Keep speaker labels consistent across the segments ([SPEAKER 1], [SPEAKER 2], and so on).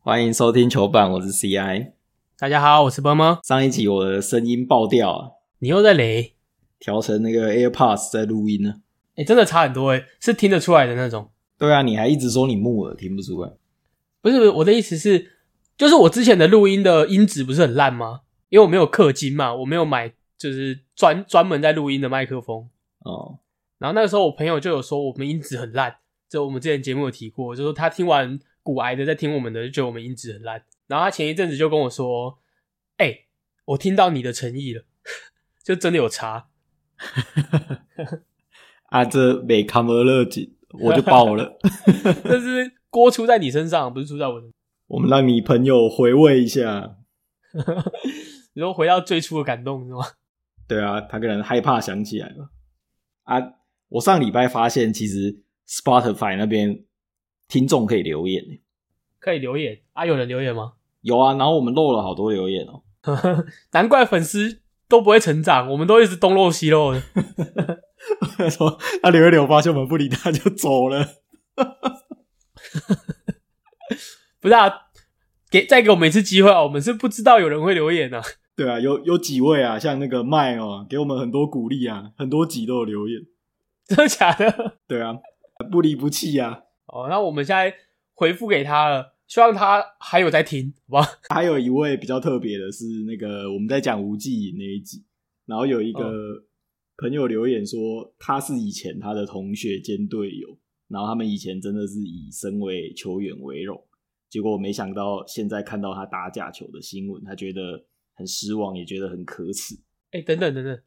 [SPEAKER 1] 欢迎收听球板，我是 CI。
[SPEAKER 2] 大家好，我是波波，
[SPEAKER 1] 上一集我的声音爆掉啊，
[SPEAKER 2] 你又在雷，
[SPEAKER 1] 调成那个 AirPods 在录音呢。
[SPEAKER 2] 哎、真的差很多哎、是听得出来的那种。
[SPEAKER 1] 对啊，你还一直说你木耳听不出来，
[SPEAKER 2] 不是不是我的意思是，就是我之前的录音的音质不是很烂吗？因为我没有氪金嘛，我没有买就是专专门在录音的麦克风。
[SPEAKER 1] 哦，
[SPEAKER 2] 然后那个时候我朋友就有说我们音质很烂，这我们之前节目有提过，就说他听完骨癌的在听我们的，就觉得我们音质很烂。然后他前一阵子就跟我说：“哎、我听到你的诚意了， 就真的有差。
[SPEAKER 1] 啊，这没卡莫勒紧，我就爆了。
[SPEAKER 2] 但是锅出在你身上，不是出在我身上。
[SPEAKER 1] 我们让你朋友回味一下。
[SPEAKER 2] 你说回到最初的感动是吗？
[SPEAKER 1] 对啊，他可能害怕想起来了。啊，我上礼拜发现，其实 Spotify 那边听众可以留言，
[SPEAKER 2] 可以留言啊，有人留言吗？
[SPEAKER 1] 有啊，然后我们漏了好多留言哦、
[SPEAKER 2] 难怪粉丝都不会成长，我们都一直东漏西漏的。
[SPEAKER 1] 说他留一留，发现我们不理他就走了。
[SPEAKER 2] 不是啊，给再给我们一次机会啊，我们是不知道有人会留言的、啊。
[SPEAKER 1] 对啊，有有几位啊，像那个麦哦、给我们很多鼓励啊，很多集都有留言。
[SPEAKER 2] 真的假的？
[SPEAKER 1] 对啊，不离不弃啊。
[SPEAKER 2] 哦，那我们现在回复给他了，希望他还有在听，好 吧？
[SPEAKER 1] 还有一位比较特别的是，那个我们在讲吴季颖那一集，然后有一个朋友留言说，他是以前他的同学兼队友，然后他们以前真的是以身为球员为荣，结果没想到现在看到他打假球的新闻，他觉得很失望，也觉得很可耻。
[SPEAKER 2] 哎、等等等等，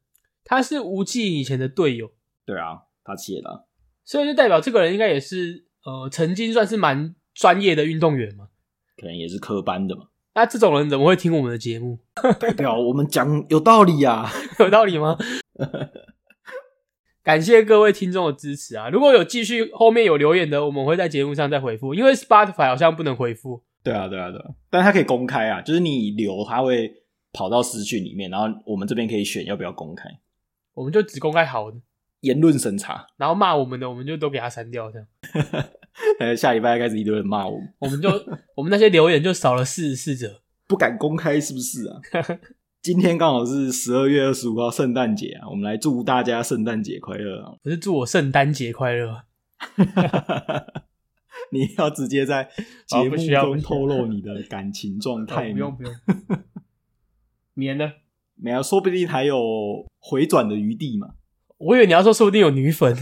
[SPEAKER 2] 他是吴忌以前的队友，
[SPEAKER 1] 对啊，他写了啊、
[SPEAKER 2] 所以就代表这个人应该也是呃，曾经算是蛮专业的运动员嘛。
[SPEAKER 1] 可能也是科班的嘛。
[SPEAKER 2] 那这种人怎么会听我们的节目？
[SPEAKER 1] 代表我们讲有道理啊。
[SPEAKER 2] 有道理吗？感谢各位听众的支持啊！如果有继续后面有留言的，我们会在节目上再回复，因为 Spotify 好像不能回复。
[SPEAKER 1] 对啊，对啊，对啊。但它可以公开啊，就是你留，它会跑到私讯里面，然后我们这边可以选要不要公开。
[SPEAKER 2] 我们就只公开好的，
[SPEAKER 1] 言论审查，
[SPEAKER 2] 然后骂我们的，我们就都给他删掉，这样
[SPEAKER 1] 呃，下礼拜开始一堆人骂我们，
[SPEAKER 2] 我们就 我们那些留言就少了四十四者。
[SPEAKER 1] 不敢公开是不是啊？ 今天刚好是十二月二十五号圣诞节啊，我们来祝大家圣诞节快乐啊！
[SPEAKER 2] 不是祝我圣诞节快乐，
[SPEAKER 1] 你要直接 在节目
[SPEAKER 2] 哦不需要不
[SPEAKER 1] 中
[SPEAKER 2] 需要
[SPEAKER 1] 透露你的感情状态
[SPEAKER 2] 哦
[SPEAKER 1] 吗，
[SPEAKER 2] 不用不用，免了。
[SPEAKER 1] 没有，说不定还有回转的余地嘛。
[SPEAKER 2] 我以为你要说，说不定有女粉，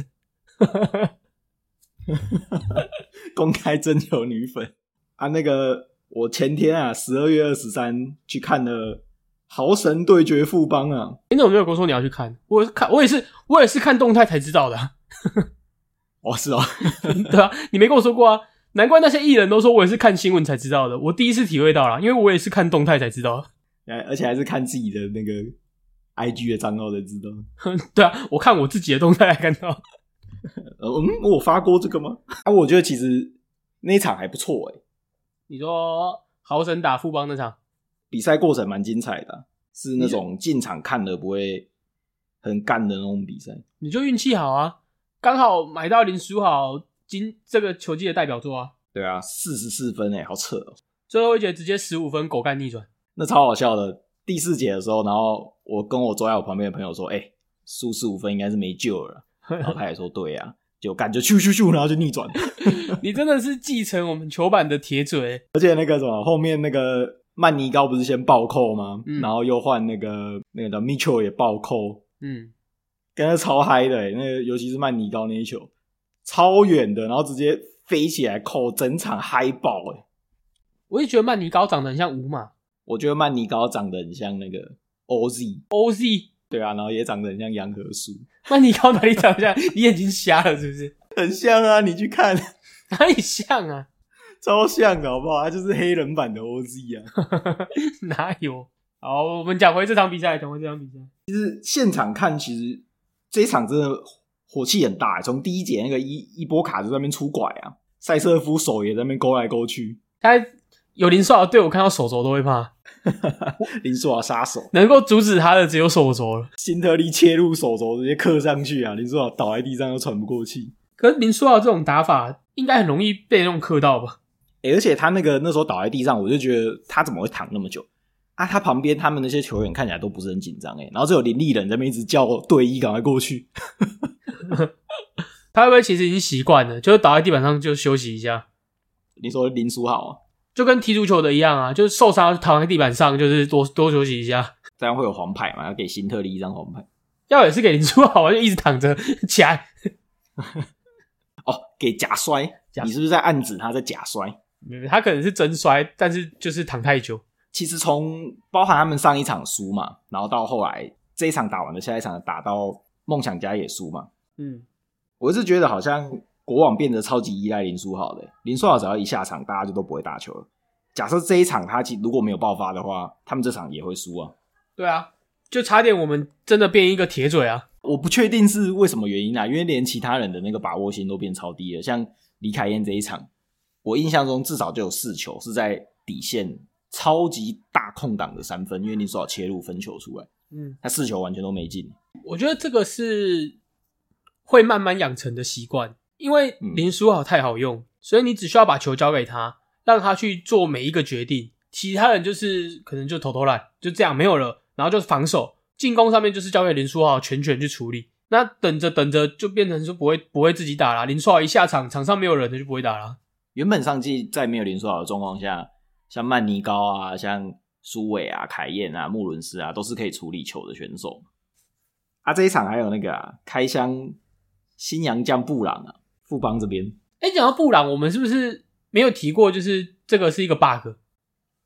[SPEAKER 1] 公开征求女粉啊！那个，我前天啊，十二月二十三去看了《豪神对决富邦》啊，
[SPEAKER 2] 你怎么没有跟我说你要去看？我看我也是我也是看动态才知道的啊、
[SPEAKER 1] 哦是哦，
[SPEAKER 2] 对啊，你没跟我说过啊，难怪那些艺人都说我也是看新闻才知道的，我第一次体会到啦，因为我也是看动态才知道。
[SPEAKER 1] 哎而且还是看自己的那个 IG 的账号才知道。
[SPEAKER 2] 对啊，我看我自己的动态才看到。
[SPEAKER 1] 呃嗯，我发过这个吗？啊，我觉得其实那一场还不错欸诶、
[SPEAKER 2] 你说豪神打富邦那场，
[SPEAKER 1] 比赛过程蛮精彩的啊、是那种进场看了不会很干的那种比赛。
[SPEAKER 2] 你就运气好啊，刚好买到林书豪今这个球季的代表作啊，
[SPEAKER 1] 对啊，四十四分诶、好扯哦。
[SPEAKER 2] 最后一节直接十五分狗干逆转。
[SPEAKER 1] 那超好笑的。第四节的时候，然后我跟我坐在我旁边的朋友说：“哎、输四五分应该是没救了。”然后他也说：“对啊。”就感觉咻咻咻，然后就逆转。
[SPEAKER 2] 你真的是继承我们球板的铁嘴，
[SPEAKER 1] 而且那个什么，后面那个曼尼高不是先暴扣吗？
[SPEAKER 2] 嗯
[SPEAKER 1] 然后又换那个那个叫 Mitchell 也暴扣，
[SPEAKER 2] 嗯，
[SPEAKER 1] 跟他超嗨的、欸。那个尤其是曼尼高那一球，超远的，然后直接飞起来扣，整场嗨爆哎、
[SPEAKER 2] 我也觉得曼尼高长得很像五马
[SPEAKER 1] 我觉得曼尼高长得很像那个 OZ，
[SPEAKER 2] OZ，
[SPEAKER 1] 对啊，然后也长得很像杨和苏，
[SPEAKER 2] 曼尼高哪里长得像？你眼睛瞎了是不是？
[SPEAKER 1] 很像啊，你去看。
[SPEAKER 2] 哪里像啊？
[SPEAKER 1] 超像的好不好？他就是黑人版的 OZ 啊！
[SPEAKER 2] 哪有？好，我们讲回这场比赛，讲回这场比赛。
[SPEAKER 1] 现场看，其实这一场真的火气很大、从第一节那个伊伊波卡就在那边出拐啊，塞瑟夫手也在那边勾来勾去，
[SPEAKER 2] 他有林书豪对我看到手肘都会怕，
[SPEAKER 1] 林书豪杀手，
[SPEAKER 2] 能够阻止他的只有手肘了。
[SPEAKER 1] 辛特利切入手肘直接刻上去啊！林书豪倒在地上都喘不过气。
[SPEAKER 2] 可是林书豪这种打法，应该很容易被那种磕到吧？
[SPEAKER 1] 欸诶而且他那个那时候倒在地上，我就觉得他怎么会躺那么久啊？他旁边他们那些球员看起来都不是很紧张诶，欸然后只有林立人在那边一直叫队医赶快过去。
[SPEAKER 2] 他会不会其实已经习惯了，就是倒在地板上就休息一下，
[SPEAKER 1] 你说林书豪啊，
[SPEAKER 2] 就跟踢足球的一样啊，就是受伤躺在地板上，就是多多休息一下。
[SPEAKER 1] 这样会有黄牌嘛？要给辛特利一张黄牌
[SPEAKER 2] 要也是给林书豪啊，就一直躺着起来，
[SPEAKER 1] 哦，给假摔，
[SPEAKER 2] 假
[SPEAKER 1] 你是不是在暗指他在假摔？
[SPEAKER 2] 没有他可能是真摔，但是就是躺太久。
[SPEAKER 1] 其实从包含他们上一场输嘛，然后到后来这一场打完了，下一场打到梦想家也输嘛，
[SPEAKER 2] 嗯，
[SPEAKER 1] 我是觉得好像国网变得超级依赖林书豪的、林书豪只要一下场，大家就都不会打球了。假设这一场他其如果没有爆发的话，他们这场也会输啊。
[SPEAKER 2] 对啊，就差点我们真的变一个铁嘴啊。
[SPEAKER 1] 我不确定是为什么原因啊，因为连其他人的那个把握性都变超低了。像李凯燕这一场，我印象中至少就有四球是在底线超级大空档的三分，因为林书豪切入分球出来，
[SPEAKER 2] 嗯，
[SPEAKER 1] 他四球完全都没进。
[SPEAKER 2] 我觉得这个是会慢慢养成的习惯，因为林书豪太好用，所以你只需要把球交给他，让他去做每一个决定，其他人就是可能就偷偷懒，就这样没有了，然后就是防守，进攻上面就是交给林书豪全权去处理。那等着等着就变成说不会不会自己打啦，林书豪一下场，场上没有人他就不会打啦。
[SPEAKER 1] 原本上季在没有林书豪的状况下，像曼尼高啊、像苏伟啊、凯燕啊、穆伦斯啊，都是可以处理球的选手。啊，这一场还有那个、啊、开箱新洋将布朗啊，富邦这边
[SPEAKER 2] 哎、讲到布朗，我们是不是没有提过？就是这个是一个 bug，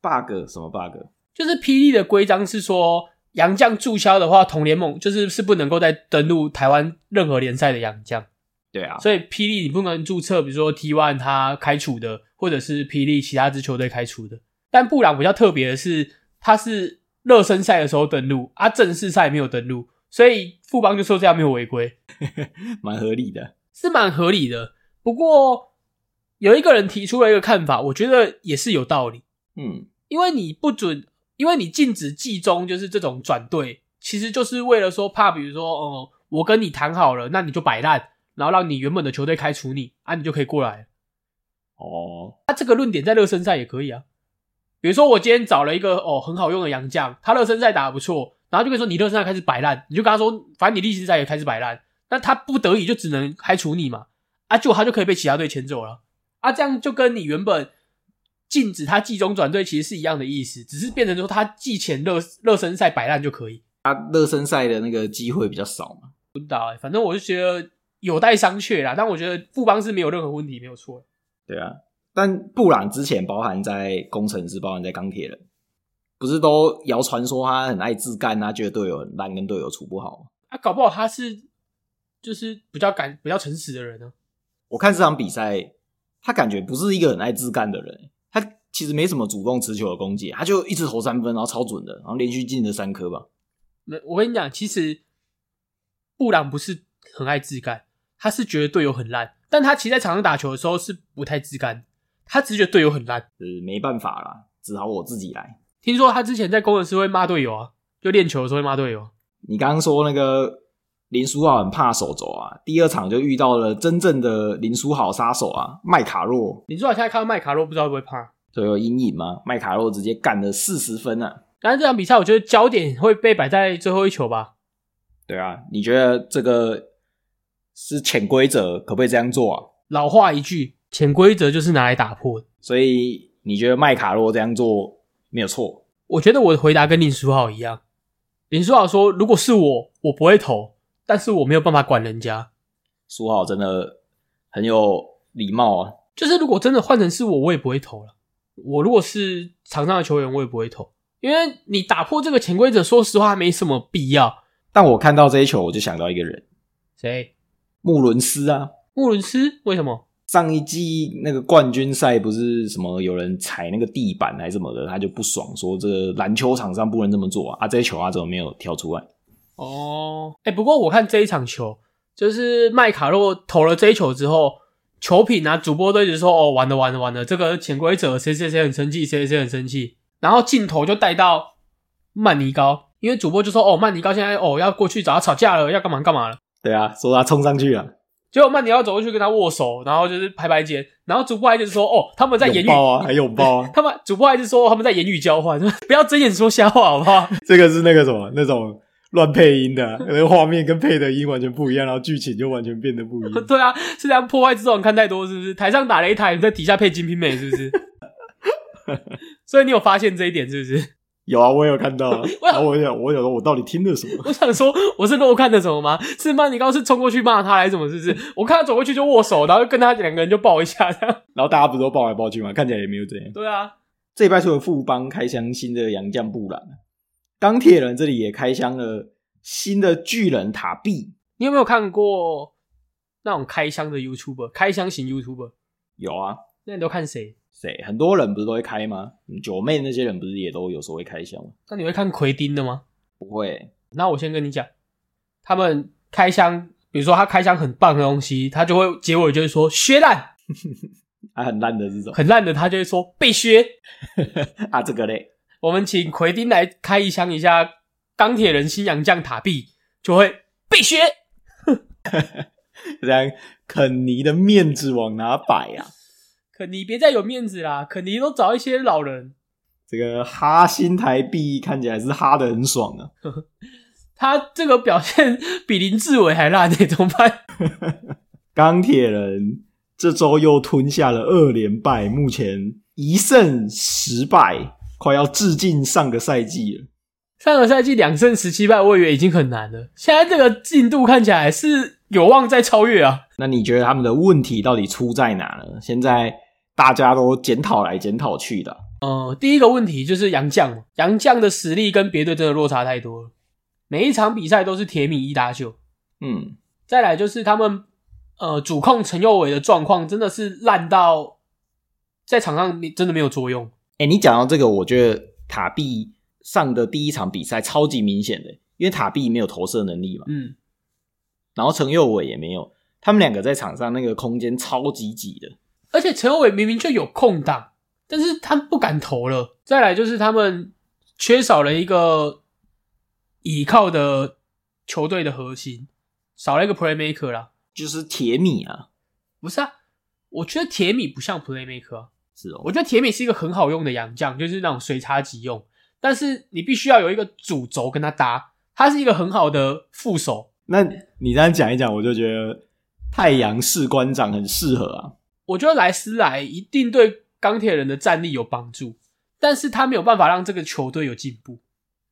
[SPEAKER 1] bug 什么 bug？
[SPEAKER 2] 就是霹雳的规章是说，洋将注销的话，同联盟就是是不能够再登录台湾任何联赛的洋将。
[SPEAKER 1] 对啊，
[SPEAKER 2] 所以霹雳你不能注册，比如说 T One 他开除的，或者是霹雳其他支球队开除的。但布朗比较特别的是，他是热身赛的时候登录，啊，正式赛没有登录，所以富邦就说这样没有违规，
[SPEAKER 1] 蛮合理的。
[SPEAKER 2] 是蛮合理的。不过有一个人提出了一个看法，我觉得也是有道理。
[SPEAKER 1] 嗯，
[SPEAKER 2] 因为你不准，因为你禁止季中就是这种转队，其实就是为了说怕，比如说，哦、我跟你谈好了，那你就摆烂，然后让你原本的球队开除你，啊，你就可以过来。
[SPEAKER 1] 哦，
[SPEAKER 2] 他、这个论点在热身赛也可以啊。比如说，我今天找了一个哦很好用的洋将，他热身赛打得不错，然后就跟你说你热身赛开始摆烂，你就跟他说，反正你例行赛也开始摆烂，那他不得已就只能开除你嘛，啊，就他就可以被其他队牵走了，啊，这样就跟你原本禁止他季中转队其实是一样的意思，只是变成说他季前热热身赛摆烂就可以，
[SPEAKER 1] 他、啊热身赛的那个机会比较少嘛。
[SPEAKER 2] 不知道、欸，反正我就觉得有待商榷啦，但我觉得富邦是没有任何问题，没有错。
[SPEAKER 1] 对啊，但布朗之前包含在工程师，包含在钢铁人，不是都谣传说他很爱自干啊，觉得队友很烂，跟队友处不好吗
[SPEAKER 2] 啊，搞不好他是就是比较敢、比较诚实的人啊呢、
[SPEAKER 1] 我看这场比赛，他感觉不是一个很爱自干的人，他其实没什么主动持球的攻击，他就一直投三分，然后超准的，然后连续进了三颗吧。
[SPEAKER 2] 那我跟你讲，其实布朗不是很爱自干，他是觉得队友很烂，但他其实在场上打球的时候是不太自干，他只是觉得队友很烂。
[SPEAKER 1] 就是没办法啦，只好我自己来。
[SPEAKER 2] 听说他之前在工程师会骂队友啊，就练球的时候会骂队友啊。
[SPEAKER 1] 你刚刚说那个林书豪很怕手肘啊，第二场就遇到了真正的林书豪杀手啊，麦卡洛，
[SPEAKER 2] 你说我现在看到麦卡洛，不知道会不会怕？
[SPEAKER 1] 所以有阴影吗？麦卡洛直接干了四十分啊！
[SPEAKER 2] 但是这场比赛，我觉得焦点会被摆在最后一球吧。
[SPEAKER 1] 对啊，你觉得这个是潜规则，可不可以这样做啊？
[SPEAKER 2] 老话一句，潜规则就是拿来打破的。
[SPEAKER 1] 所以你觉得麦卡洛这样做没有错？
[SPEAKER 2] 我觉得我的回答跟林书豪一样。林书豪说：“如果是我，我不会投，但是我没有办法管人家。
[SPEAKER 1] 苏豪真的很有礼貌啊。
[SPEAKER 2] 就是如果真的换成是我，我也不会投了。我如果是场上的球员，我也不会投，因为你打破这个潜规则，说实话没什么必要。
[SPEAKER 1] 但我看到这一球，我就想到一个人，
[SPEAKER 2] 谁？
[SPEAKER 1] 穆伦斯啊。
[SPEAKER 2] 穆伦斯？为什么？
[SPEAKER 1] 上一季那个冠军赛不是什么有人踩那个地板还是什么的，他就不爽，说这个篮球场上不能这么做啊！啊，这一球他怎么没有跳出来？
[SPEAKER 2] 哦，哎，不过我看这一场球，就是麦卡洛投了这一球之后，球评啊，主播都一直说：“哦，完了完了完了，这个潜规则，谁谁谁很生气，谁谁谁很生气。”然后镜头就带到曼尼高，因为主播就说：“哦，曼尼高现在哦要过去找他吵架了，要干嘛干嘛了。”
[SPEAKER 1] 对啊，说他冲上去了，
[SPEAKER 2] 结果曼迪要走过去跟他握手，然后就是拍拍肩，然后主播还一直说哦他们在言
[SPEAKER 1] 拥
[SPEAKER 2] 语，
[SPEAKER 1] 抱啊，还拥抱啊，
[SPEAKER 2] 他们主播还是说他们在言语交换， 说不要睁眼说瞎话好不好？
[SPEAKER 1] 这个是那个什么那种乱配音 的，那个画面跟配的音完全不一样，然后剧情就完全变得不一样。
[SPEAKER 2] 对啊，是这样破坏制作人看太多是不是？台上打擂台，你在底下配金瓶梅是不 是？所以你有发现这一点是不是？
[SPEAKER 1] 有啊， 我有看到啊，然后我想，我想说，我到底听了什么？
[SPEAKER 2] 我想说我是漏看的什么吗？是曼迪高是冲过去骂他来什么是不是？我看他走过去就握手，然后跟他两个人就抱一下这样。
[SPEAKER 1] 然后大家不是都抱来抱去嘛，看起来也没有怎样。
[SPEAKER 2] 对啊，
[SPEAKER 1] 这一拜除了富邦开箱新的洋将布朗，钢铁人这里也开箱了新的巨人塔壁。
[SPEAKER 2] 你有没有看过那种开箱的 YouTuber，开箱型 YouTuber？
[SPEAKER 1] 有啊，
[SPEAKER 2] 那你都看谁？
[SPEAKER 1] 谁很多人不是都会开吗？嗯九妹那些人不是也都有时候会开箱吗？
[SPEAKER 2] 那你会看奎丁的吗？
[SPEAKER 1] 不会，
[SPEAKER 2] 那我先跟你讲，他们开箱，比如说他开箱很棒的东西，他就会结尾就会说削烂，
[SPEAKER 1] 啊，很烂的这种
[SPEAKER 2] 很烂的他就会说被削。
[SPEAKER 1] 啊，这个嘞，
[SPEAKER 2] 我们请奎丁来开一箱一下钢铁人新洋将塔壁，就会被削。
[SPEAKER 1] 这样肯尼的面子往哪摆啊？
[SPEAKER 2] 肯尼别再有面子啦，肯尼都找一些老人，
[SPEAKER 1] 这个哈新台币看起来是哈的很爽啊，
[SPEAKER 2] 他这个表现比林志伟还烂、欸，怎么办？
[SPEAKER 1] 钢铁人这周又吞下了二连败，目前一胜十败，快要致敬上个赛季了。
[SPEAKER 2] 上个赛季两胜十七败，我以为已经很难了，现在这个进度看起来是有望再超越啊。
[SPEAKER 1] 那你觉得他们的问题到底出在哪呢？现在大家都检讨来检讨去的啊，
[SPEAKER 2] 呃，第一个问题就是杨绛嘛，杨绛的实力跟别队真的落差太多了，每一场比赛都是铁米一打九。
[SPEAKER 1] 嗯，
[SPEAKER 2] 再来就是他们呃主控陈佑伟的状况真的是烂到在场上你真的没有作用。
[SPEAKER 1] 哎、你讲到这个，我觉得塔壁上的第一场比赛超级明显的，因为塔壁没有投射能力嘛，
[SPEAKER 2] 嗯，
[SPEAKER 1] 然后陈佑伟也没有，他们两个在场上那个空间超级挤的。
[SPEAKER 2] 而且陈佑伟明明就有空档，但是他不敢投了。再来就是他们缺少了一个倚靠的球队的核心，少了一个 playmaker 啦。
[SPEAKER 1] 就是铁米啊，
[SPEAKER 2] 不是啊，我觉得铁米不像 playmaker 啊。
[SPEAKER 1] 是哦，
[SPEAKER 2] 我觉得铁米是一个很好用的洋将，就是那种随插即用。但是你必须要有一个主轴跟他搭，他是一个很好的副手。
[SPEAKER 1] 那你这样讲一讲，我就觉得太阳士官长很适合啊。
[SPEAKER 2] 我觉得莱斯莱一定对钢铁人的战力有帮助，但是他没有办法让这个球队有进步。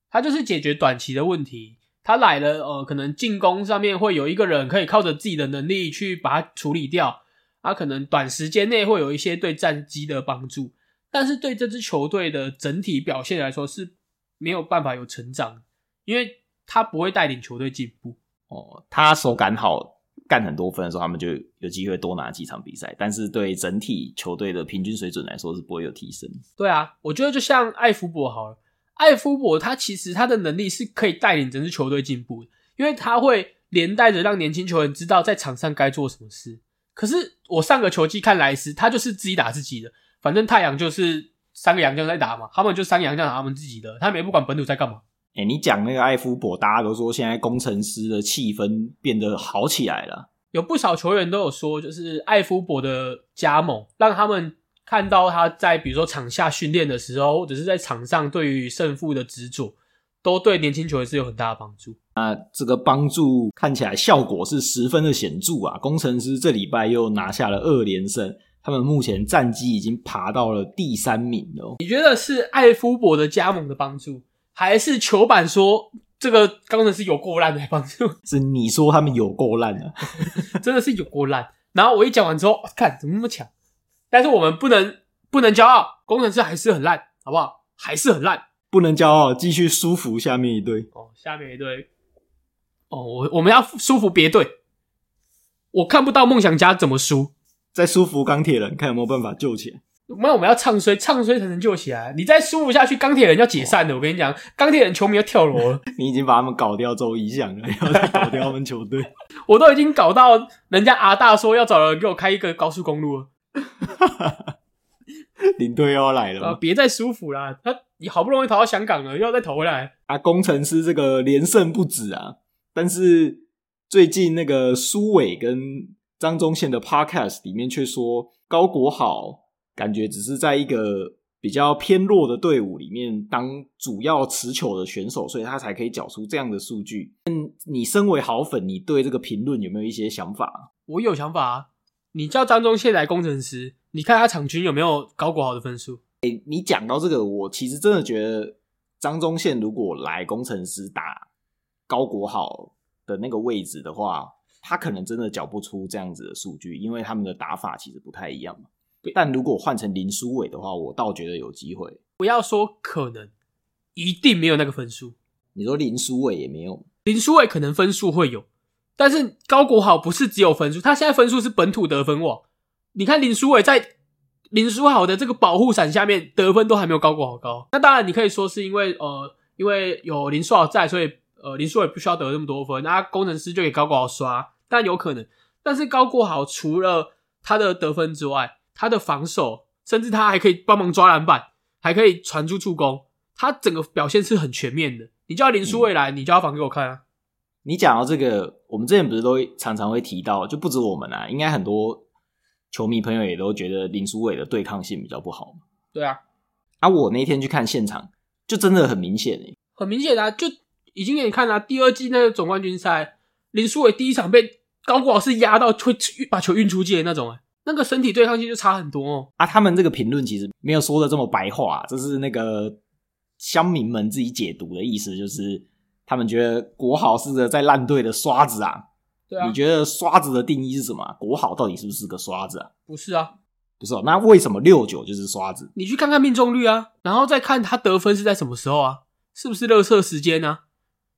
[SPEAKER 2] 他就是解决短期的问题。他来了，呃，可能进攻上面会有一个人可以靠着自己的能力去把它处理掉，啊，可能短时间内会有一些对战机的帮助，但是对这支球队的整体表现来说是没有办法有成长的，因为他不会带领球队进步。
[SPEAKER 1] 哦，他手感好，干很多分的时候，他们就有机会多拿几场比赛，但是对整体球队的平均水准来说是不会有提升。
[SPEAKER 2] 对啊，我觉得就像艾福伯好了，艾福伯他其实他的能力是可以带领整支球队进步的，因为他会连带着让年轻球员知道在场上该做什么事。可是我上个球季看莱斯，他就是自己打自己的，反正太阳就是三个洋将在打嘛，他们就三个洋将打他们自己的，他们也不管本土在干嘛。
[SPEAKER 1] 哎、你讲那个艾夫伯，大家都说现在工程师的气氛变得好起来了。
[SPEAKER 2] 有不少球员都有说，就是艾夫伯的加盟，让他们看到他在比如说场下训练的时候，或者是在场上对于胜负的执着，都对年轻球员是有很大的帮助。
[SPEAKER 1] 这个帮助看起来效果是十分的显著啊！工程师这礼拜又拿下了二连胜，他们目前战绩已经爬到了第三名了哦。
[SPEAKER 2] 你觉得是艾夫伯的加盟的帮助，还是球板说这个工程师有够烂的帮助？
[SPEAKER 1] 是你说他们有够烂啊？
[SPEAKER 2] 真的是有够烂。然后我一讲完之后，看怎么那么强？但是我们不能不能骄傲，工程师还是很烂，好不好？还是很烂
[SPEAKER 1] 不能骄傲，继续舒服下面一队。
[SPEAKER 2] 哦。下面一队，哦，我我们要舒服别队。我看不到梦想家怎么输，
[SPEAKER 1] 再舒服钢铁人，看有没有办法救起 来。
[SPEAKER 2] 那我们要唱衰，唱衰才能救起来。你再舒服下去，钢铁人要解散的。我跟你讲，钢铁人球迷要跳楼了。
[SPEAKER 1] 你已经把他们搞掉周一翔了，要再搞掉他们球队。
[SPEAKER 2] 我都已经搞到人家阿大说要找人给我开一个高速公路了，
[SPEAKER 1] 领队又要来了
[SPEAKER 2] 啊，
[SPEAKER 1] 嘛。
[SPEAKER 2] 别再舒服啦！他你好不容易逃到香港了，又要再逃回来，
[SPEAKER 1] 啊，工程师这个连胜不止啊，但是最近那个苏伟跟张忠宪的 podcast 里面却说高国豪感觉只是在一个比较偏弱的队伍里面当主要持球的选手，所以他才可以缴出这样的数据。嗯，你身为好粉，你对这个评论有没有一些想法？
[SPEAKER 2] 我有想法啊，你叫张忠宪来工程师，你看他场均有没有高国豪的分数？
[SPEAKER 1] 你讲到这个，我其实真的觉得张忠宪如果来工程师打高国豪的那个位置的话，他可能真的缴不出这样子的数据，因为他们的打法其实不太一样嘛。但如果换成林书伟的话，我倒觉得有机会。
[SPEAKER 2] 不要说可能，一定没有那个分数。
[SPEAKER 1] 你说林书伟也没有，
[SPEAKER 2] 林书伟可能分数会有，但是高国豪不是只有分数，他现在分数是本土得分王。你看林书伟在林书豪的这个保护伞下面得分都还没有高国豪高。那当然你可以说是因为呃，因为有林书豪在，所以呃林书伟不需要得那么多分，那工程师就给高国豪刷，但有可能。但是高国豪除了他的得分之外，他的防守，甚至他还可以帮忙抓篮板，还可以传出助攻，他整个表现是很全面的。你叫林书伟来，你就要防给我看啊。
[SPEAKER 1] 你讲到这个，我们之前不是都常常会提到，就不止我们啊，应该很多球迷朋友也都觉得林书伟的对抗性比较不好嘛。
[SPEAKER 2] 对啊，
[SPEAKER 1] 啊，我那天去看现场，就真的很明显欸诶、
[SPEAKER 2] 很明显啊，就已经给你看了、啊第二季那个总冠军赛，林书伟第一场被高国老师压到会把球运出界的那种、欸，那个身体对抗性就差很多哦。
[SPEAKER 1] 啊，他们这个评论其实没有说的这么白话、啊这是那个乡民们自己解读的意思，就是他们觉得国豪是个在烂队的刷子啊。
[SPEAKER 2] 对啊
[SPEAKER 1] 你，觉得刷子的定义是什么啊、国豪到底是不是个刷子啊？
[SPEAKER 2] 不是啊，
[SPEAKER 1] 不是哦，那为什么六九就是刷子？
[SPEAKER 2] 你去看看命中率啊，然后再看他得分是在什么时候啊，是不是热射时间啊？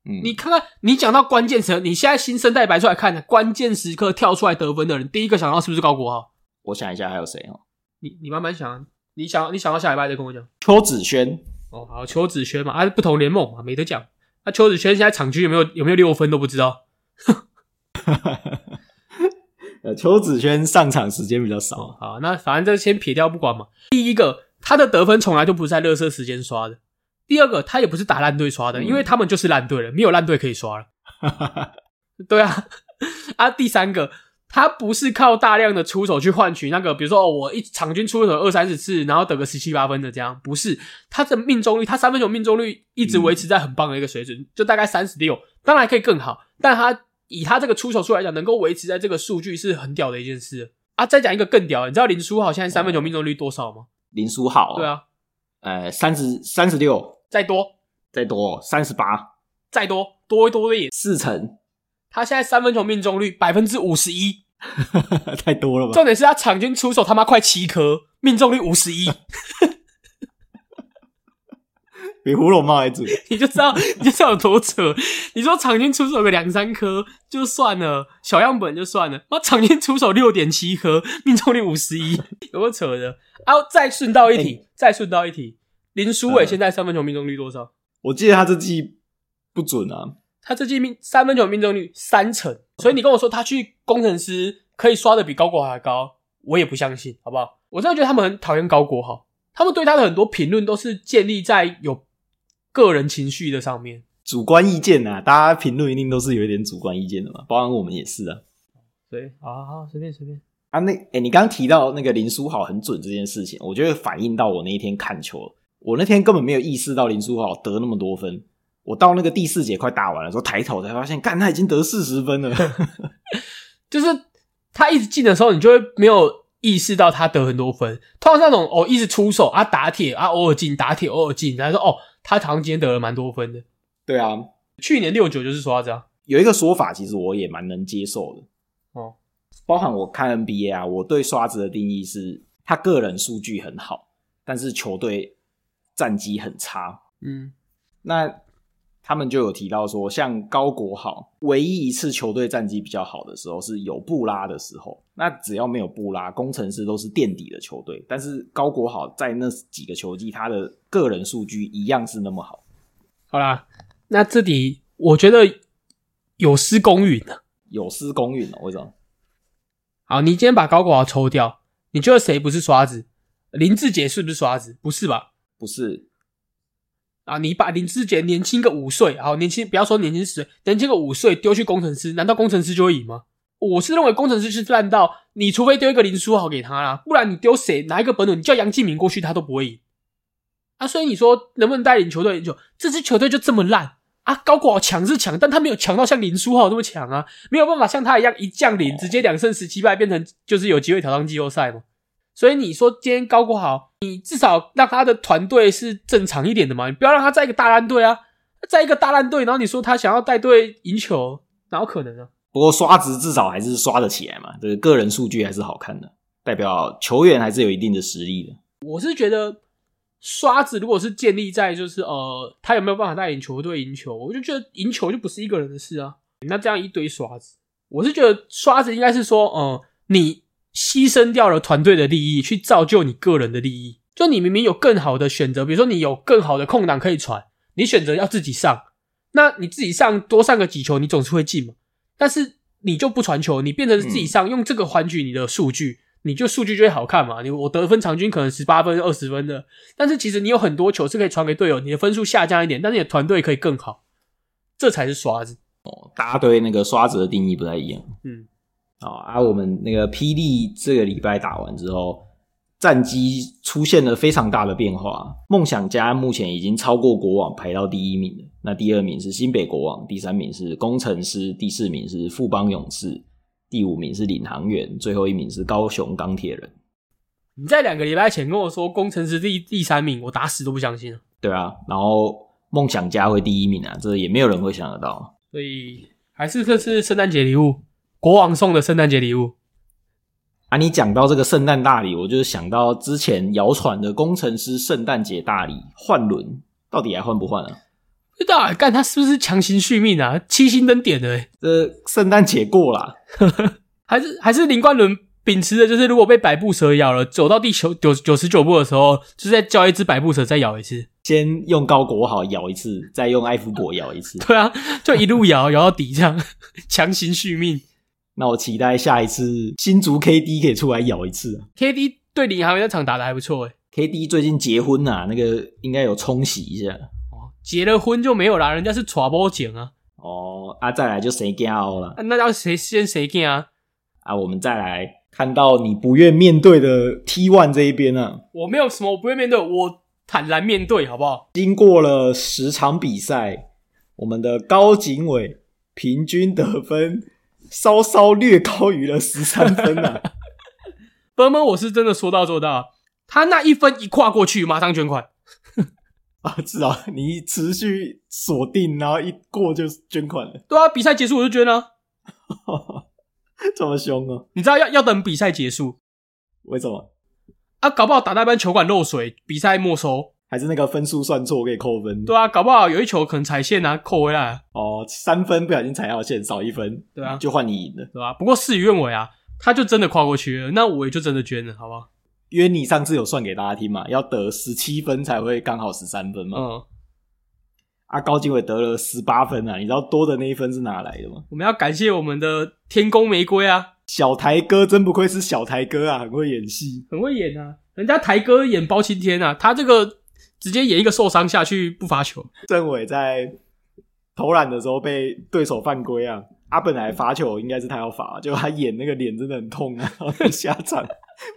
[SPEAKER 1] 嗯，
[SPEAKER 2] 你看看，你讲到关键时刻，你现在新生代白出来看，关键时刻跳出来得分的人，第一个想到是不是高国豪？
[SPEAKER 1] 我想一下还有谁哦？
[SPEAKER 2] 你你慢慢想啊，你想你想到下礼拜再跟我讲。
[SPEAKER 1] 邱子轩，
[SPEAKER 2] 哦，好，邱子轩嘛，啊，不同联盟嘛，没得讲。啊那、邱子轩现在场均有没有有没有六分都不知道，
[SPEAKER 1] 呃，邱子轩上场时间比较少，啊
[SPEAKER 2] 哦，好，那反正这先撇掉不管嘛。第一个，他的得分从来就不是在热射时间刷的；第二个，他也不是打烂队刷的，
[SPEAKER 1] 嗯
[SPEAKER 2] 因为他们就是烂队了，没有烂队可以刷了。对啊， 啊，第三个，他不是靠大量的出手去换取那个，比如说、哦、我一场均出手二三十次，然后得个十七八分的这样，不是他的命中率，他三分球命中率一直维持在很棒的一个水准，就大概三十六，当然还可以更好，但他以他这个出手数来讲，能够维持在这个数据是很屌的一件事了。啊，再讲一个更屌的，你知道林书豪现在三分球命中率多少吗？
[SPEAKER 1] 林书豪、
[SPEAKER 2] 对，啊，
[SPEAKER 1] 呃，三十三十六，
[SPEAKER 2] 再多
[SPEAKER 1] 再多哦三十八，
[SPEAKER 2] 再多多一多一，
[SPEAKER 1] 四成，
[SPEAKER 2] 他现在三分球命中率百分之五十一，
[SPEAKER 1] 太多了吧？
[SPEAKER 2] 重点是他场均出手他妈快七颗，命中率五十一，
[SPEAKER 1] 比胡龙茂还准。
[SPEAKER 2] 你就知道你就知道有多扯。你说场均出手个两三颗就算了，小样本就算了，妈场均出手六点七颗，命中率五十一， 有多扯的？啊，再顺道一提，再顺道一提，林书伟
[SPEAKER 1] 嗯
[SPEAKER 2] 现在三分球命中率多少？
[SPEAKER 1] 我记得他这季不准啊，
[SPEAKER 2] 他这季命三分球命中率三成，所以你跟我说他去工程师可以刷的比高国豪还高，我也不相信，好不好？我真的觉得他们很讨厌高国豪，他们对他的很多评论都是建立在有个人情绪的上面，
[SPEAKER 1] 主观意见啊，大家评论一定都是有一点主观意见的嘛，包含我们也是啊。
[SPEAKER 2] 所以好好好随便随便，
[SPEAKER 1] 啊，那哎、你刚刚提到那个林书豪很准这件事情，我觉得反映到我那一天看球了，我那天根本没有意识到林书豪得那么多分。我到那个第四节快打完了时候，抬头才发现，干他已经得四十分了。
[SPEAKER 2] 就是他一直进的时候，你就会没有意识到他得很多分。通常那种哦一直出手啊打铁啊偶尔进打铁偶尔进，然后说哦他好像今天得了蛮多分的，
[SPEAKER 1] 对啊，
[SPEAKER 2] 去年六九就是刷这样。
[SPEAKER 1] 有一个说法，其实我也蛮能接受的。
[SPEAKER 2] 哦，
[SPEAKER 1] 包含我看 NBA 啊，我对刷子的定义是，他个人数据很好，但是球队战绩很差。
[SPEAKER 2] 嗯，
[SPEAKER 1] 那他们就有提到说，像高国豪唯一一次球队战绩比较好的时候是有布拉的时候。那只要没有布拉，工程师都是垫底的球队。但是高国豪在那几个球季，他的个人数据一样是那么好，
[SPEAKER 2] 好啦，那这里我觉得有失公允了。
[SPEAKER 1] 有失公允哦。为什么？
[SPEAKER 2] 好，你今天把高国豪抽掉，你觉得谁不是刷子？林志杰是不是刷子？不是吧？
[SPEAKER 1] 不是
[SPEAKER 2] 啊，你把林志杰年轻个五岁，好年轻，不要说年轻十岁，年轻个五岁丢去工程师，难道工程师就会赢吗？我是认为工程师是烂到，你除非丢一个林书豪给他啦，不然你丢谁哪一个本土，你叫杨敬敏过去他都不会赢。啊，所以你说能不能带领球队赢球？这支球队就这么烂啊！高国豪强是强，但他没有强到像林书豪那么强啊，没有办法像他一样一降临直接两胜十七败，变成就是有机会挑战季后赛嘛。所以你说今天高国豪，你至少让他的团队是正常一点的嘛，你不要让他在一个大烂队啊，在一个大烂队，然后你说他想要带队赢球，哪有可能啊？
[SPEAKER 1] 不过刷值至少还是刷得起来嘛，这个个人数据还是好看的，代表球员还是有一定的实力的。
[SPEAKER 2] 我是觉得刷子如果是建立在就是呃，他有没有办法带领球队赢球，我就觉得赢球就不是一个人的事啊。那这样一堆刷子，我是觉得刷子应该是说，呃，你牺牲掉了团队的利益，去造就你个人的利益。就你明明有更好的选择，比如说你有更好的空档可以传，你选择要自己上，那你自己上多上个几球，你总是会进嘛。但是你就不传球，你变成是自己上，用这个换取你的数据，你就数据就会好看嘛。你我得分场均可能十八分、二十分的，但是其实你有很多球是可以传给队友，你的分数下降一点，但是你的团队可以更好，这才是刷子。
[SPEAKER 1] 哦大家对那个刷值的定义不太一样。
[SPEAKER 2] 嗯，
[SPEAKER 1] 好啊，我们那个霹雳这个礼拜打完之后，战绩出现了非常大的变化。梦想家目前已经超过国网，排到第一名了。那第二名是新北国网，第三名是工程师，第四名是富邦勇士，第五名是领航员，最后一名是高雄钢铁人。
[SPEAKER 2] 你在两个礼拜前跟我说工程师第第三名，我打死都不相信啊。
[SPEAKER 1] 对啊，然后梦想家会第一名啊，这也没有人会想得到。啊
[SPEAKER 2] 所以还是这是圣诞节礼物，国王送的圣诞节礼物。
[SPEAKER 1] 啊，你讲到这个圣诞大礼，我就是想到之前谣传的工程师圣诞节大礼换轮，到底还换不换啊？
[SPEAKER 2] 不知道啊干他是不是强行续命啊？七星灯点的、欸，
[SPEAKER 1] 这圣诞节过啦，
[SPEAKER 2] 还是还是林冠伦秉持的就是，如果被百步蛇咬了，走到第九九九十九步的时候，就是再叫一只百步蛇再咬一次。
[SPEAKER 1] 先用高国豪咬一次，再用艾福伯咬一次。
[SPEAKER 2] 对啊，就一路咬咬到底，这样强行续命。
[SPEAKER 1] 那我期待下一次新竹 KD 可以出来咬一次啊。
[SPEAKER 2] KD 对领航员那场打的还不错诶、欸
[SPEAKER 1] KD 最近结婚啊，那个应该有冲洗一下
[SPEAKER 2] 哦，结了婚就没有啦，人家是传播剪啊，
[SPEAKER 1] 哦。啊，再来就谁 g 奥了
[SPEAKER 2] 啊那要谁先谁干啊？
[SPEAKER 1] 啊，我们再来看到你不愿面对的 T One 这一边啊。
[SPEAKER 2] 我没有什么，我不会面对，我坦然面对，好不好？
[SPEAKER 1] 经过了十场比赛，我们的高景伟平均得分稍稍略高于了十三分啊。
[SPEAKER 2] 奔奔，我是真的说到做到，他那一分一跨过去，马上捐款。
[SPEAKER 1] 啊，至少你持续锁定，然后一过就捐款了，
[SPEAKER 2] 对啊，比赛结束我就捐了、
[SPEAKER 1] 这么凶哦？
[SPEAKER 2] 你知道要要等比赛结束
[SPEAKER 1] 为什么？
[SPEAKER 2] 啊，搞不好打那班球馆漏水，比赛没收。
[SPEAKER 1] 还是那个分数算错，给扣分？
[SPEAKER 2] 对啊，搞不好有一球可能踩线啊，扣回来啊，
[SPEAKER 1] 哦，三分不小心踩到线，少一分，
[SPEAKER 2] 对啊
[SPEAKER 1] 就换你赢了。
[SPEAKER 2] 对吧、不过事与愿违啊，他就真的跨过去了，那我也就真的捐了，好不好？
[SPEAKER 1] 因为你上次有算给大家听嘛，要得十七分才会刚好十三分嘛。
[SPEAKER 2] 嗯，
[SPEAKER 1] 啊，高经纬得了十八分啊，你知道多的那一分是哪来的吗？
[SPEAKER 2] 我们要感谢我们的天宫玫瑰啊，
[SPEAKER 1] 小台哥真不愧是小台哥啊，很会演戏。
[SPEAKER 2] 很会演啊，人家台哥演包青天啊，他这个直接演一个受伤下去不罚球，
[SPEAKER 1] 政委在投篮的时候被对手犯规啊，阿本来罚球应该是他要罚，结果他演那个脸真的很痛啊， 然后就下场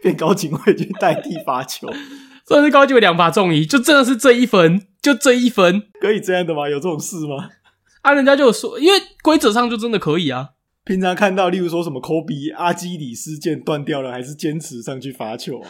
[SPEAKER 1] 变高警卫去代替罚球，
[SPEAKER 2] 真的是高级两罚中一，就真的是这一分，就这一分
[SPEAKER 1] 可以这样的吗？有这种事吗？
[SPEAKER 2] 啊，人家就有说，因为规则上就真的可以啊，
[SPEAKER 1] 平常看到，例如说什么科比、阿基里斯腱断掉了，还是坚持上去罚球啊？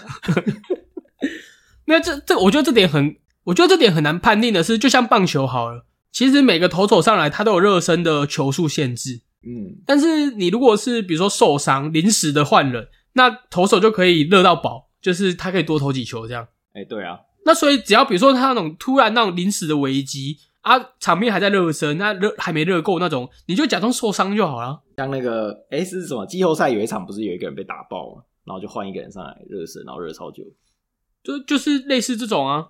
[SPEAKER 2] 那这这，我觉得这点很，我觉得这点很难判定的是，就像棒球好了，其实每个投手上来他都有热身的球速限制，
[SPEAKER 1] 嗯，
[SPEAKER 2] 但是你如果是比如说受伤临时的换人，那投手就可以热到饱，就是他可以多投几球这样。
[SPEAKER 1] 哎、对啊，
[SPEAKER 2] 那所以只要比如说他那种突然那种临时的危机啊，场面还在热身，那热还没热够那种，你就假装受伤就好了。
[SPEAKER 1] 像那个哎、是什么季后赛有一场不是有一个人被打爆嘛，然后就换一个人上来热身，然后热超久，
[SPEAKER 2] 就就是类似这种啊。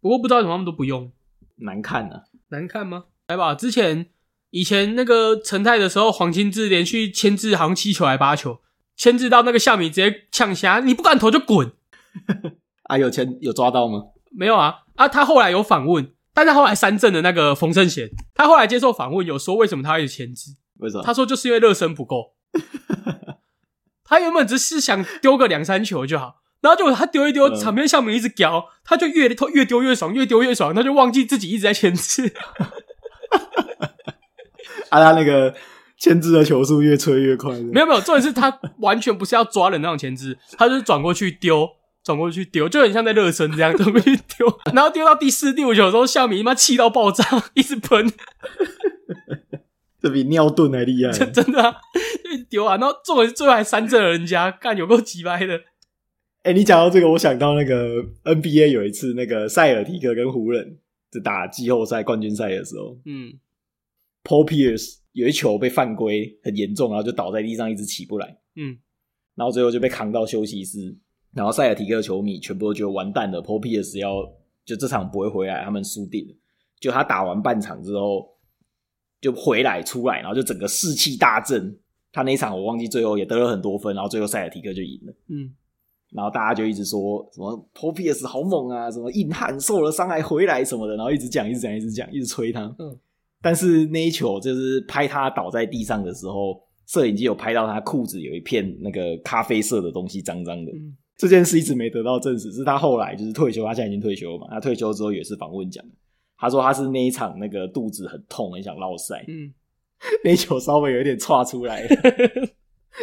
[SPEAKER 2] 不过不知道为什么他们都不用，
[SPEAKER 1] 难看啊。
[SPEAKER 2] 难看吗？来吧，之前以前那个成泰的时候，黄金志连续牵制好像七球还八球，牵制到那个夏米直接呛瞎，你不敢投就滚。
[SPEAKER 1] 啊，有钱有抓到吗？
[SPEAKER 2] 没有啊啊！他后来有访问，但是后来三振的那个冯胜贤，他后来接受访问有说为什么他会牵制，
[SPEAKER 1] 为什么？
[SPEAKER 2] 他说就是因为热身不够。他原本只是想丢个两三球就好，然后就他丢一丢，
[SPEAKER 1] 嗯
[SPEAKER 2] 场边项目一直屌，他就越越丢越爽，越丢越爽，他就忘记自己一直在牵制。
[SPEAKER 1] 啊，他那个牵制的球速越吹越快，
[SPEAKER 2] 没
[SPEAKER 1] 有，
[SPEAKER 2] 有没有，重点是他完全不是要抓人那种前置，他就是转过去丢，转过去丢，就很像在热身这样，转过去丢， 然后丢到第四、第五球的时候，夏米他妈气到爆炸，一直喷，
[SPEAKER 1] 这比尿遁还厉害。
[SPEAKER 2] 真真的、啊、就一直丢啊！然后重点是最后还三振了人家，干有够鸡掰的。
[SPEAKER 1] 哎、你讲到这个，我想到那个 NBA 有一次那个塞尔提克跟湖人在打季后赛冠军赛的时候
[SPEAKER 2] 嗯，
[SPEAKER 1] ，Paul Pierce 有一球被犯规很严重，然后就倒在地上一直起不来，
[SPEAKER 2] 嗯，
[SPEAKER 1] 然后最后就被扛到休息室，然后塞尔提克球迷全部都觉得完蛋了，Paul Pierce 要就这场不会回来，他们输定了。就他打完半场之后就回来出来，然后就整个士气大振。他那一场我忘记最后也得了很多分，然后最后塞尔提克就赢了。
[SPEAKER 2] 嗯，
[SPEAKER 1] 然后大家就一直说什么 p o p i s 好猛啊，什么硬汉受了伤还回来什么的，然后一直讲，一直讲，一直讲，一直吹他。
[SPEAKER 2] 嗯，
[SPEAKER 1] 但是那一球就是拍他倒在地上的时候，摄影机有拍到他裤子有一片那个咖啡色的东西，脏脏的。
[SPEAKER 2] 嗯
[SPEAKER 1] 这件事一直没得到证实，是他后来就是退休，他现在已经退休了嘛。他退休之后也是访问讲的，他说他是那一场那个肚子很痛，很想落塞，
[SPEAKER 2] 嗯，
[SPEAKER 1] 那一球稍微有点岔出来了，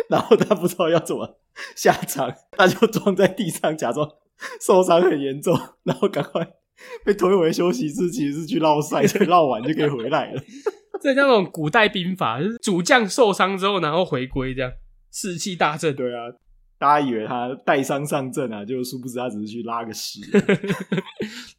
[SPEAKER 1] 然后他不知道要怎么下场，他就撞在地上，假装受伤很严重，然后赶快被推回休息室，其实是去绕赛，所以绕完就可以回来了。
[SPEAKER 2] 这叫那种古代兵法，就是主将受伤之后，然后回归这样，士气大振。
[SPEAKER 1] 对啊，大家以为他带伤上阵啊，就殊不知他只是去拉个屎。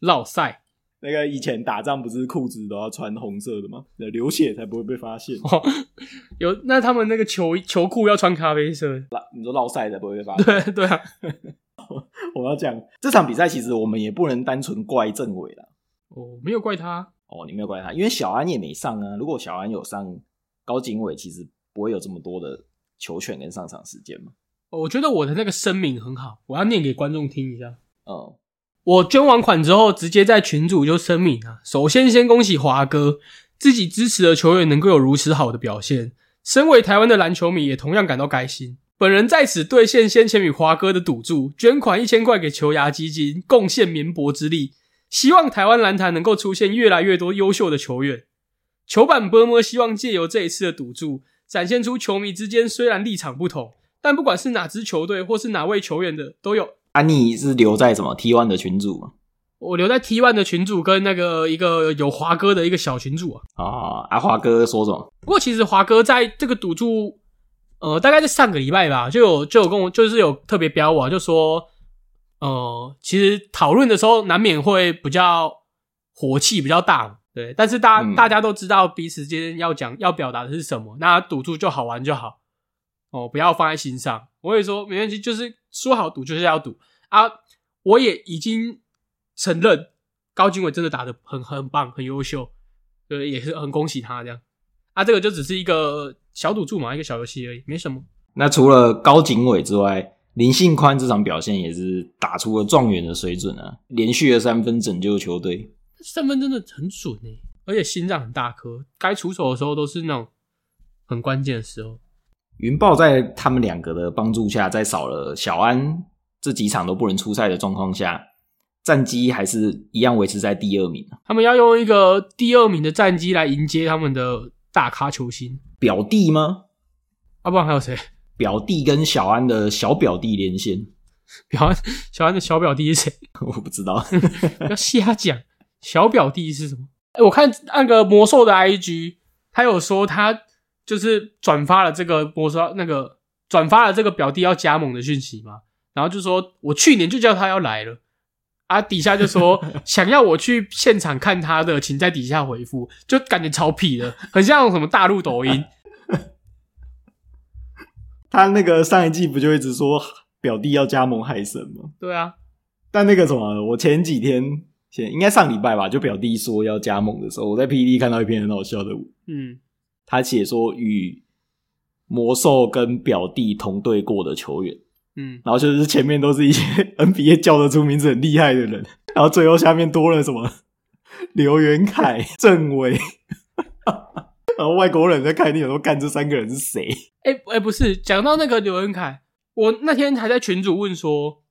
[SPEAKER 2] 绕赛
[SPEAKER 1] 那个以前打仗不是裤子都要穿红色的吗？流血才不会被发现，
[SPEAKER 2] 哦， 有那他们那个球球裤要穿咖啡色，
[SPEAKER 1] 你说绕赛才不会被发 现。
[SPEAKER 2] 对对啊，
[SPEAKER 1] 我要讲这场比赛，其实我们也不能单纯怪政委啦。
[SPEAKER 2] 我没有怪他，
[SPEAKER 1] 哦，你没有怪他，因为小安也没上啊。如果小安有上，高景伟其实不会有这么多的球权跟上场时间嘛。
[SPEAKER 2] 哦我觉得我的那个声明很好，我要念给观众听一下。
[SPEAKER 1] 嗯，
[SPEAKER 2] 我捐完款之后，直接在群组就声明啊，首先先恭喜华哥，自己支持的球员能够有如此好的表现，身为台湾的篮球迷，也同样感到开心。本人在此兑现先前与华哥的赌注，捐款一千块给球牙基金，贡献绵薄之力。希望台湾篮坛能够出现越来越多优秀的球员。球板波摩希望借由这一次的赌注，展现出球迷之间虽然立场不同，但不管是哪支球队或是哪位球员的，都有
[SPEAKER 1] 安妮是留在什么 T one 的群组嘛？
[SPEAKER 2] 我留在 T one 的群主跟那个一个有华哥的一个小群主啊。
[SPEAKER 1] 啊，阿华哥说什么？
[SPEAKER 2] 不过其实华哥在这个赌注，呃，大概在上个礼拜吧，就有就有跟我就是有特别标我、啊，就说，呃，其实讨论的时候难免会比较火气比较大嘛，对，但是大、
[SPEAKER 1] 嗯
[SPEAKER 2] 大家都知道彼此之间要讲要表达的是什么，那赌注就好玩就好，哦，不要放在心上。我也说没关系，就是说好赌就是要赌啊，我也已经承认高经纬真的打得很很棒，很优秀，对，也是很恭喜他这样。啊，这个就只是一个小赌注嘛，一个小游戏而已，没什么。
[SPEAKER 1] 那除了高景伟之外，林信宽这场表现也是打出了状元的水准啊，连续的三分拯救球队。
[SPEAKER 2] 三分真的很准诶、而且心脏很大颗，该出手的时候都是那种很关键的时候。
[SPEAKER 1] 云豹在他们两个的帮助下，在少了小安这几场都不能出赛的状况下，战绩还是一样维持在第二名。啊
[SPEAKER 2] 他们要用一个第二名的战绩来迎接他们的大咖球星，
[SPEAKER 1] 表弟吗？
[SPEAKER 2] 啊，不然还有谁？
[SPEAKER 1] 表弟跟小安的小表弟连线，
[SPEAKER 2] 表安小安的小表弟是谁？
[SPEAKER 1] 我不知道。
[SPEAKER 2] 要瞎讲。小表弟是什么？哎、我看那个魔兽的 IG，他有说他就是转发了这个魔兽那个转发了这个表弟要加盟的讯息嘛，然后就说我去年就叫他要来了，啊，底下就说想要我去现场看他的，请在底下回复，就感觉超屁的，很像什么大陆抖音。
[SPEAKER 1] 他那个上一季不就一直说表弟要加盟海神吗？
[SPEAKER 2] 对啊，
[SPEAKER 1] 但那个什么，我前几天前应该上礼拜吧，就表弟说要加盟的时候，我在 PD 看到一篇很好笑的，
[SPEAKER 2] 嗯，
[SPEAKER 1] 他写说与魔兽跟表弟同队过的球员，
[SPEAKER 2] 嗯，
[SPEAKER 1] 然后就是前面都是一些 NBA 叫得出名字很厉害的人，然后 最后下面多了什么刘元凯、郑伟， 然后外国人在看你，想说干这三个人是谁？
[SPEAKER 2] 哎、哎、不是，讲到那个刘恩凯，我那天还在群主问说，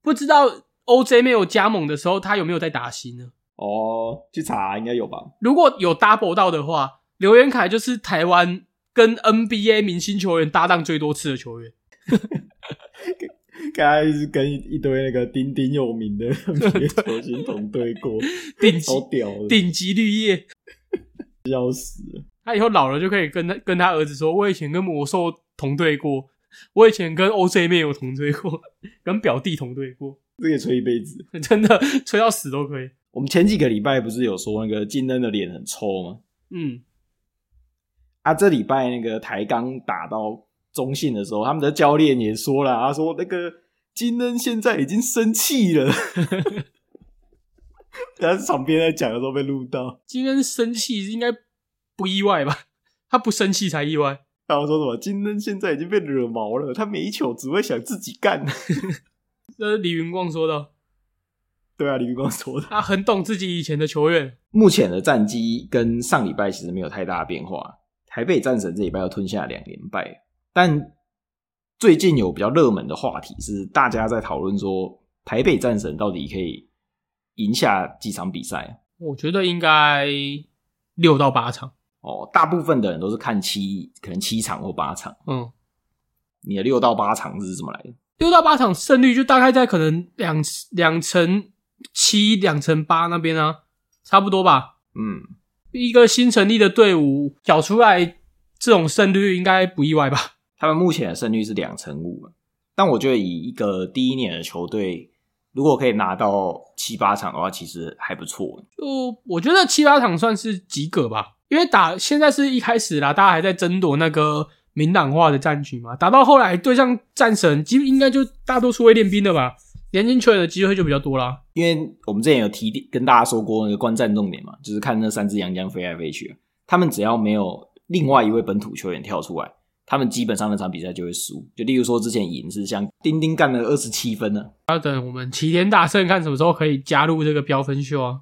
[SPEAKER 2] 不知道 OJ 没有加盟的时候，他有没有在打新呢？
[SPEAKER 1] 哦，去查应该有吧？
[SPEAKER 2] 如果有 double 到的话，刘元凯就是台湾跟 NBA 明星球员搭档最多次的球员。
[SPEAKER 1] 刚才是跟一一堆那个鼎鼎有名的 NBA 球星同队 过，
[SPEAKER 2] 顶级
[SPEAKER 1] 好屌的，
[SPEAKER 2] 顶级绿叶。
[SPEAKER 1] 哦要死了！
[SPEAKER 2] 他以后老了就可以跟他跟他儿子说：“我以前跟魔兽同队过，我以前跟 OJ 妹有同队过，跟表弟同队过，
[SPEAKER 1] 这个吹一辈子。
[SPEAKER 2] 真的吹到死都可以。
[SPEAKER 1] 我们前几个礼拜不是有说那个金恩的脸很臭吗？”
[SPEAKER 2] 嗯，
[SPEAKER 1] 啊，这礼拜那个台钢打到中信的时候，他们的教练也说了，他说那个金恩现在已经生气了。 但是场边在讲的时候被录到，
[SPEAKER 2] 今天生气应该不意外吧？ 他不生气才意外。
[SPEAKER 1] 然后说什么金恩现在已经被惹毛了，他每一球只会想自己干。
[SPEAKER 2] 这是李云光说的，
[SPEAKER 1] 对啊，李玉光说的。
[SPEAKER 2] 他很懂自己以前的球员。
[SPEAKER 1] 目前的战绩跟上礼拜其实没有太大的变化。台北战神这礼拜又吞下两连败，但最近有比较热门的话题是大家在讨论说，台北战神到底可以赢下几场比赛？
[SPEAKER 2] 我觉得应该六到八场。
[SPEAKER 1] 哦，大部分的人都是看七，可能七场或八场。
[SPEAKER 2] 嗯，
[SPEAKER 1] 你的六到八场是怎么来的？
[SPEAKER 2] 六到八场胜率就大概在可能两两成七、两成八那边啊，差不多吧。
[SPEAKER 1] 嗯，
[SPEAKER 2] 一个新成立的队伍缴出来这种胜率，应该不意外吧？
[SPEAKER 1] 他们目前的胜率是两成五嘛，但我觉得以一个第一年的球队，如果可以拿到七八场的话，其实还不错。
[SPEAKER 2] 就我觉得七八场算是及格吧，因为打现在是一开始啦，大家还在争夺那个明朗化的战局嘛，打到后来对上战神，基本应该就大多数会练兵了吧，年轻球员的机会就比较多啦。
[SPEAKER 1] 因为我们之前有提跟大家说过那个观战重点嘛，就是看那三只洋将飞来飞去，他们只要没有另外一位本土球员跳出来，他们基本上那场比赛就会输。就例如说之前赢是像丁丁干了二十七分呢，
[SPEAKER 2] 要等我们齐天大圣看什么时候可以加入这个飙分秀啊。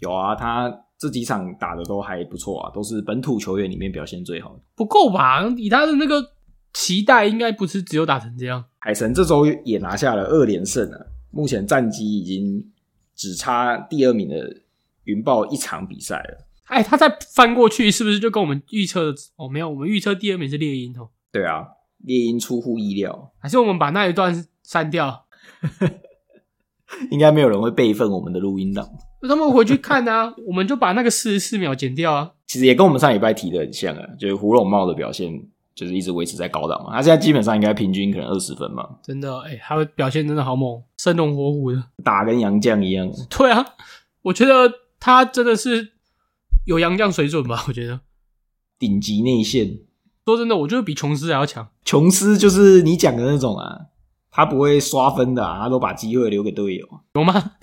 [SPEAKER 1] 有啊，他这几场打的都还不错啊，都是本土球员里面表现最好的。
[SPEAKER 2] 不够吧？以他的那个期待，应该不是只有打成这样。
[SPEAKER 1] 海神这周也拿下了二连胜啊，目前战绩已经只差第二名的云豹一场比赛了。
[SPEAKER 2] 哎，他再翻过去，是不是就跟我们预测的？哦，没有，我们预测第二名是猎鹰哦，
[SPEAKER 1] 对啊，猎鹰出乎意料，
[SPEAKER 2] 还是我们把那一段删掉？
[SPEAKER 1] 应该没有人会备份我们的录音档。
[SPEAKER 2] 他们回去看啊，我们就把那个四十四秒剪掉啊。
[SPEAKER 1] 其实也跟我们上礼拜提的很像啊，就是胡龙茂的表现就是一直维持在高档嘛，他现在基本上应该平均可能二十分嘛，
[SPEAKER 2] 真的，哎，他的表现真的好猛，生龙活虎的。
[SPEAKER 1] 打跟杨绛一样。
[SPEAKER 2] 对啊，我觉得他真的是有洋将水准吧？我 觉得，
[SPEAKER 1] 顶级内线，
[SPEAKER 2] 说真的，我觉得比琼斯还要强。
[SPEAKER 1] 琼斯就是你讲的那种啊，他不会刷分的、啊，他都把机会留给队友。啊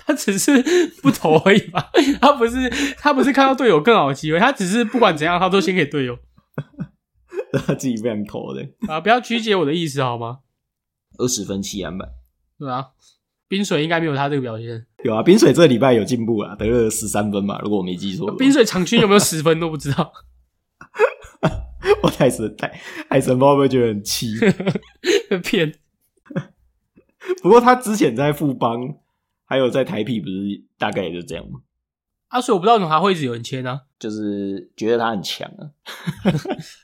[SPEAKER 2] 他只是不投而已吧， 他不是他不是看到队友更好的机会，他只是不管怎样，他都先给队友
[SPEAKER 1] 他自己不想投的，
[SPEAKER 2] 啊！不要曲解我的意思好吗？
[SPEAKER 1] 二十分七篮板。
[SPEAKER 2] 对啊，冰水应该没有他这个表现，
[SPEAKER 1] 有啊，冰水这礼拜有进步啊，得了十三分嘛，如果我没记错的话。
[SPEAKER 2] 冰水场均有没有十分都不知道，
[SPEAKER 1] 我海神海海神包会不会觉得很气？
[SPEAKER 2] 骗
[SPEAKER 1] 不过他之前在富邦，还有在台啤，不是大概也就这样吗？
[SPEAKER 2] 啊！所以我不知道怎么还会一直有人签啊，
[SPEAKER 1] 就是觉得他很强啊，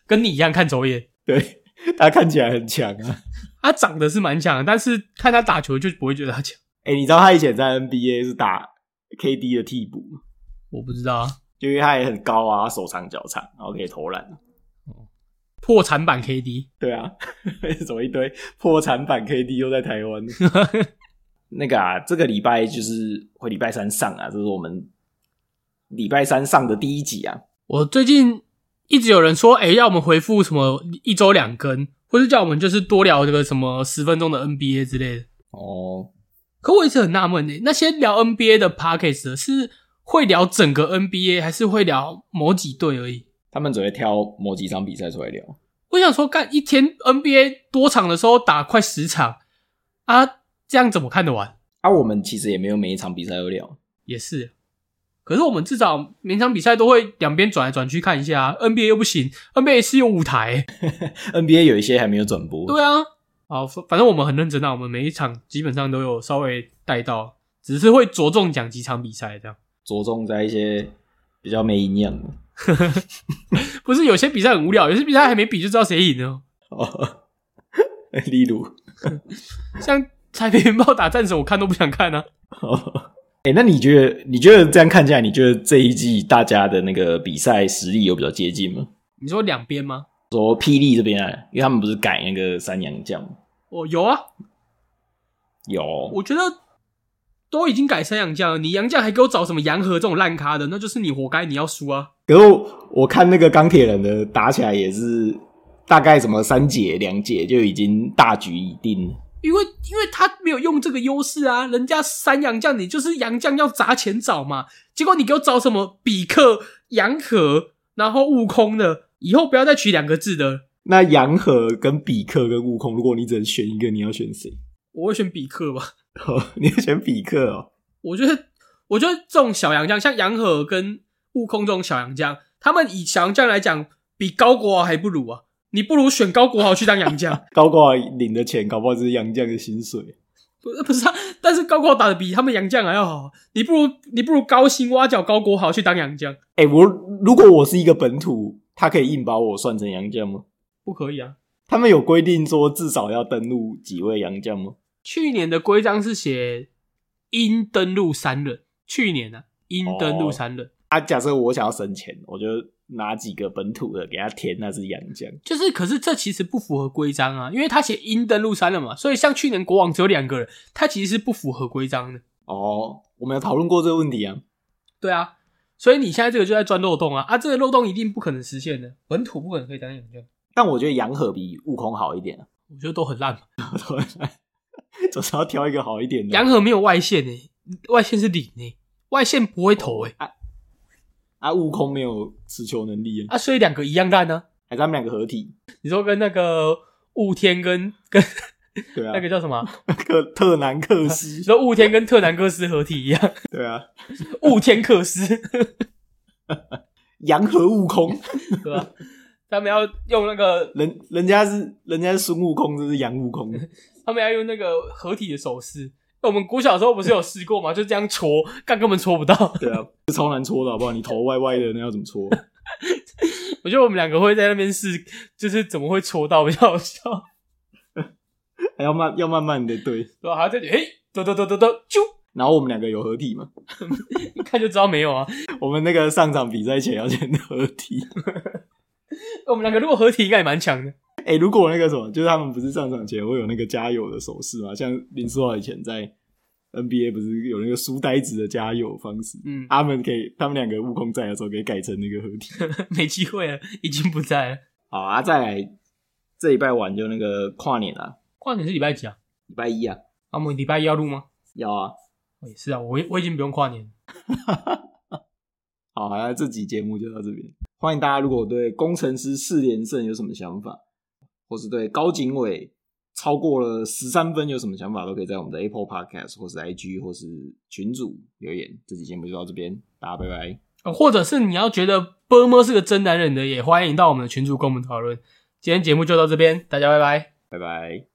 [SPEAKER 2] 跟你一样看走眼，
[SPEAKER 1] 对 他看起来很强啊。
[SPEAKER 2] 他长得是蛮强的，但是看他打球就不会觉得他强，
[SPEAKER 1] 哎、你知道他以前在 NBA 是打 KD 的替补吗，
[SPEAKER 2] 我不知道啊，
[SPEAKER 1] 就因为他也很高啊，手长脚长，然后可以投篮。
[SPEAKER 2] 破产版 KD，
[SPEAKER 1] 对啊， 怎么一堆破产版 KD 又在台 湾？那个啊，这个礼拜就是会礼拜三上啊，这是我们礼拜三上的第一集啊。
[SPEAKER 2] 我最近一直有人说，哎、要我们回复什么一周两更，或是叫我们就是多聊这个什么十分钟的 NBA 之类的。
[SPEAKER 1] 哦，
[SPEAKER 2] 可我一直很纳闷呢，那些聊 NBA 的 podcast 的是会聊整个 NBA，还是会聊某几队而已？
[SPEAKER 1] 他们只会挑某几场比赛出来聊。
[SPEAKER 2] 我想说，干一天 NBA 多场的时候打快十场啊，这样怎么看得完？
[SPEAKER 1] 啊，我们其实也没有每一场比赛都聊，
[SPEAKER 2] 也是，可是我们至少每场比赛都会两边转来转去看一下啊、NBA 又不行，NBA 是有舞台、
[SPEAKER 1] NBA 有一些还没有转播，
[SPEAKER 2] 对啊，好，反正我们很认真啊，我们每一场基本上都有稍微带到，只是会着重讲几场比赛这样。
[SPEAKER 1] 着重在一些比较没营养的。
[SPEAKER 2] 不是有些比赛很无聊，有些比赛还没比就知道谁赢了。
[SPEAKER 1] 哦，例如，
[SPEAKER 2] 像台北云豹打战神，我看都不想看啊。
[SPEAKER 1] 哦，哎、那你觉得你觉得这样看起来，你觉得这一季大家的那个比赛实力有比较接近吗？
[SPEAKER 2] 你说两边吗？
[SPEAKER 1] 说霹雳这边啊，因为他们不是改那个三洋将吗
[SPEAKER 2] 哦，有啊，
[SPEAKER 1] 有
[SPEAKER 2] 我觉得都已经改三洋将了，你洋将还给我找什么洋河这种烂咖的，那就是你活该，你要输啊。
[SPEAKER 1] 可是我我看那个钢铁人的打起来也是大概什么三节两节就已经大局已定了。
[SPEAKER 2] 因为因为他没有用这个优势啊，人家三洋将你就是洋将要砸钱找嘛，结果你给我找什么比克、洋河，然后悟空的，以后不要再取两个字的，
[SPEAKER 1] 那洋河跟比克跟悟空，如果你只能选一个，你要选谁？
[SPEAKER 2] 我会选比克吧。
[SPEAKER 1] 哦，你要选比克哦。
[SPEAKER 2] 我觉得我觉得这种小洋将，像洋河跟悟空这种小洋将，他们以小洋将来讲，比高国豪还不如啊。你不如选高国豪去当洋将，
[SPEAKER 1] 高挂领的钱，搞不好就是洋将的薪水。
[SPEAKER 2] 不是不是啊，但是高国豪打的比他们洋将还要好，啊你不如你不如高薪挖角高国豪去当洋将，
[SPEAKER 1] 哎、我如果我是一个本土，他可以硬把我算成洋将吗？
[SPEAKER 2] 不可以啊。
[SPEAKER 1] 他们有规定说至少要登录几位洋将吗？
[SPEAKER 2] 去年的规章是写应登录三人，去年呢、啊、应登录三人，
[SPEAKER 1] 啊，假设我想要省钱，我就拿几个本土的给他填那是洋将。
[SPEAKER 2] 就是可是这其实不符合规章啊，因为他写应登录三人嘛，所以像去年国王只有两个人，他其实是不符合规章的。
[SPEAKER 1] 哦，我们有讨论过这个问题啊。
[SPEAKER 2] 对啊，所以你现在这个就在钻漏洞啊啊！这个漏洞一定不可能实现的，本土不可能可以当洋将，
[SPEAKER 1] 但我觉得洋河比悟空好一点、啊，
[SPEAKER 2] 我觉得都很烂嘛。
[SPEAKER 1] 总是要挑一个好一点的。
[SPEAKER 2] 洋河没有外线呢、欸外线是零呢、欸外线不会
[SPEAKER 1] 哦
[SPEAKER 2] 投诶、欸
[SPEAKER 1] 啊，悟空没有持球能力啊，
[SPEAKER 2] 啊，所以两个一样烂呢、
[SPEAKER 1] 还是他们两个合体？
[SPEAKER 2] 你说跟那个雾天跟跟
[SPEAKER 1] 对啊，
[SPEAKER 2] 那个叫什么啊？
[SPEAKER 1] 特特南克
[SPEAKER 2] 你
[SPEAKER 1] 斯，
[SPEAKER 2] 说雾天跟特南克斯合体一样，
[SPEAKER 1] 对啊，
[SPEAKER 2] 雾天克斯，
[SPEAKER 1] 洋河悟空，
[SPEAKER 2] 对吧？他们要用那个，
[SPEAKER 1] 人人家是人家是孙悟空，这是洋悟空，
[SPEAKER 2] 他们要用那个合体的手势。我们国小的时候不是有试过吗？就这样戳，但根本戳不到。
[SPEAKER 1] 对啊，超难搓的好不好？你头歪歪的，那要怎么搓？
[SPEAKER 2] 我觉得我们两个会在那边试，就是怎么会戳到比较好笑，
[SPEAKER 1] 还要慢要慢慢的对。
[SPEAKER 2] 对吧？还要在那里，嘿，得得得得得，啾，
[SPEAKER 1] 然后我们两个有合体嘛？
[SPEAKER 2] 一看就知道没有啊。
[SPEAKER 1] 我们那个上场比赛前要先合体。
[SPEAKER 2] 我们两个如果合体，应该也蛮强的。
[SPEAKER 1] 哎、如果那个什么，就是他们不是上场前会有那个加油的手势嘛？像林书豪以前在 NBA 不是有那个书呆子的加油方式？
[SPEAKER 2] 嗯，
[SPEAKER 1] 他们可以，他们两个悟空在的时候可以改成那个合体。
[SPEAKER 2] 没机会了，已经不在了。
[SPEAKER 1] 好啊，再来这礼拜晚就那个跨年啊，
[SPEAKER 2] 跨年是礼拜几啊？
[SPEAKER 1] 礼拜一啊，
[SPEAKER 2] 啊我们礼拜一要录吗？
[SPEAKER 1] 要啊。
[SPEAKER 2] 哦也是啊，我我已经不用跨年了。
[SPEAKER 1] 好，那这集节目就到这边。欢迎大家，如果对工程师四连胜有什么想法，或是对高景伟超过了十三分有什么想法，都可以在我们的 Apple Podcast 或是 IG 或是群组留言。这集节目就到这边，大家拜拜。
[SPEAKER 2] 呃或者是你要觉得波波是个真男人的，也欢迎到我们的群组跟我们讨论。今天节目就到这边，大家拜拜。
[SPEAKER 1] 拜拜。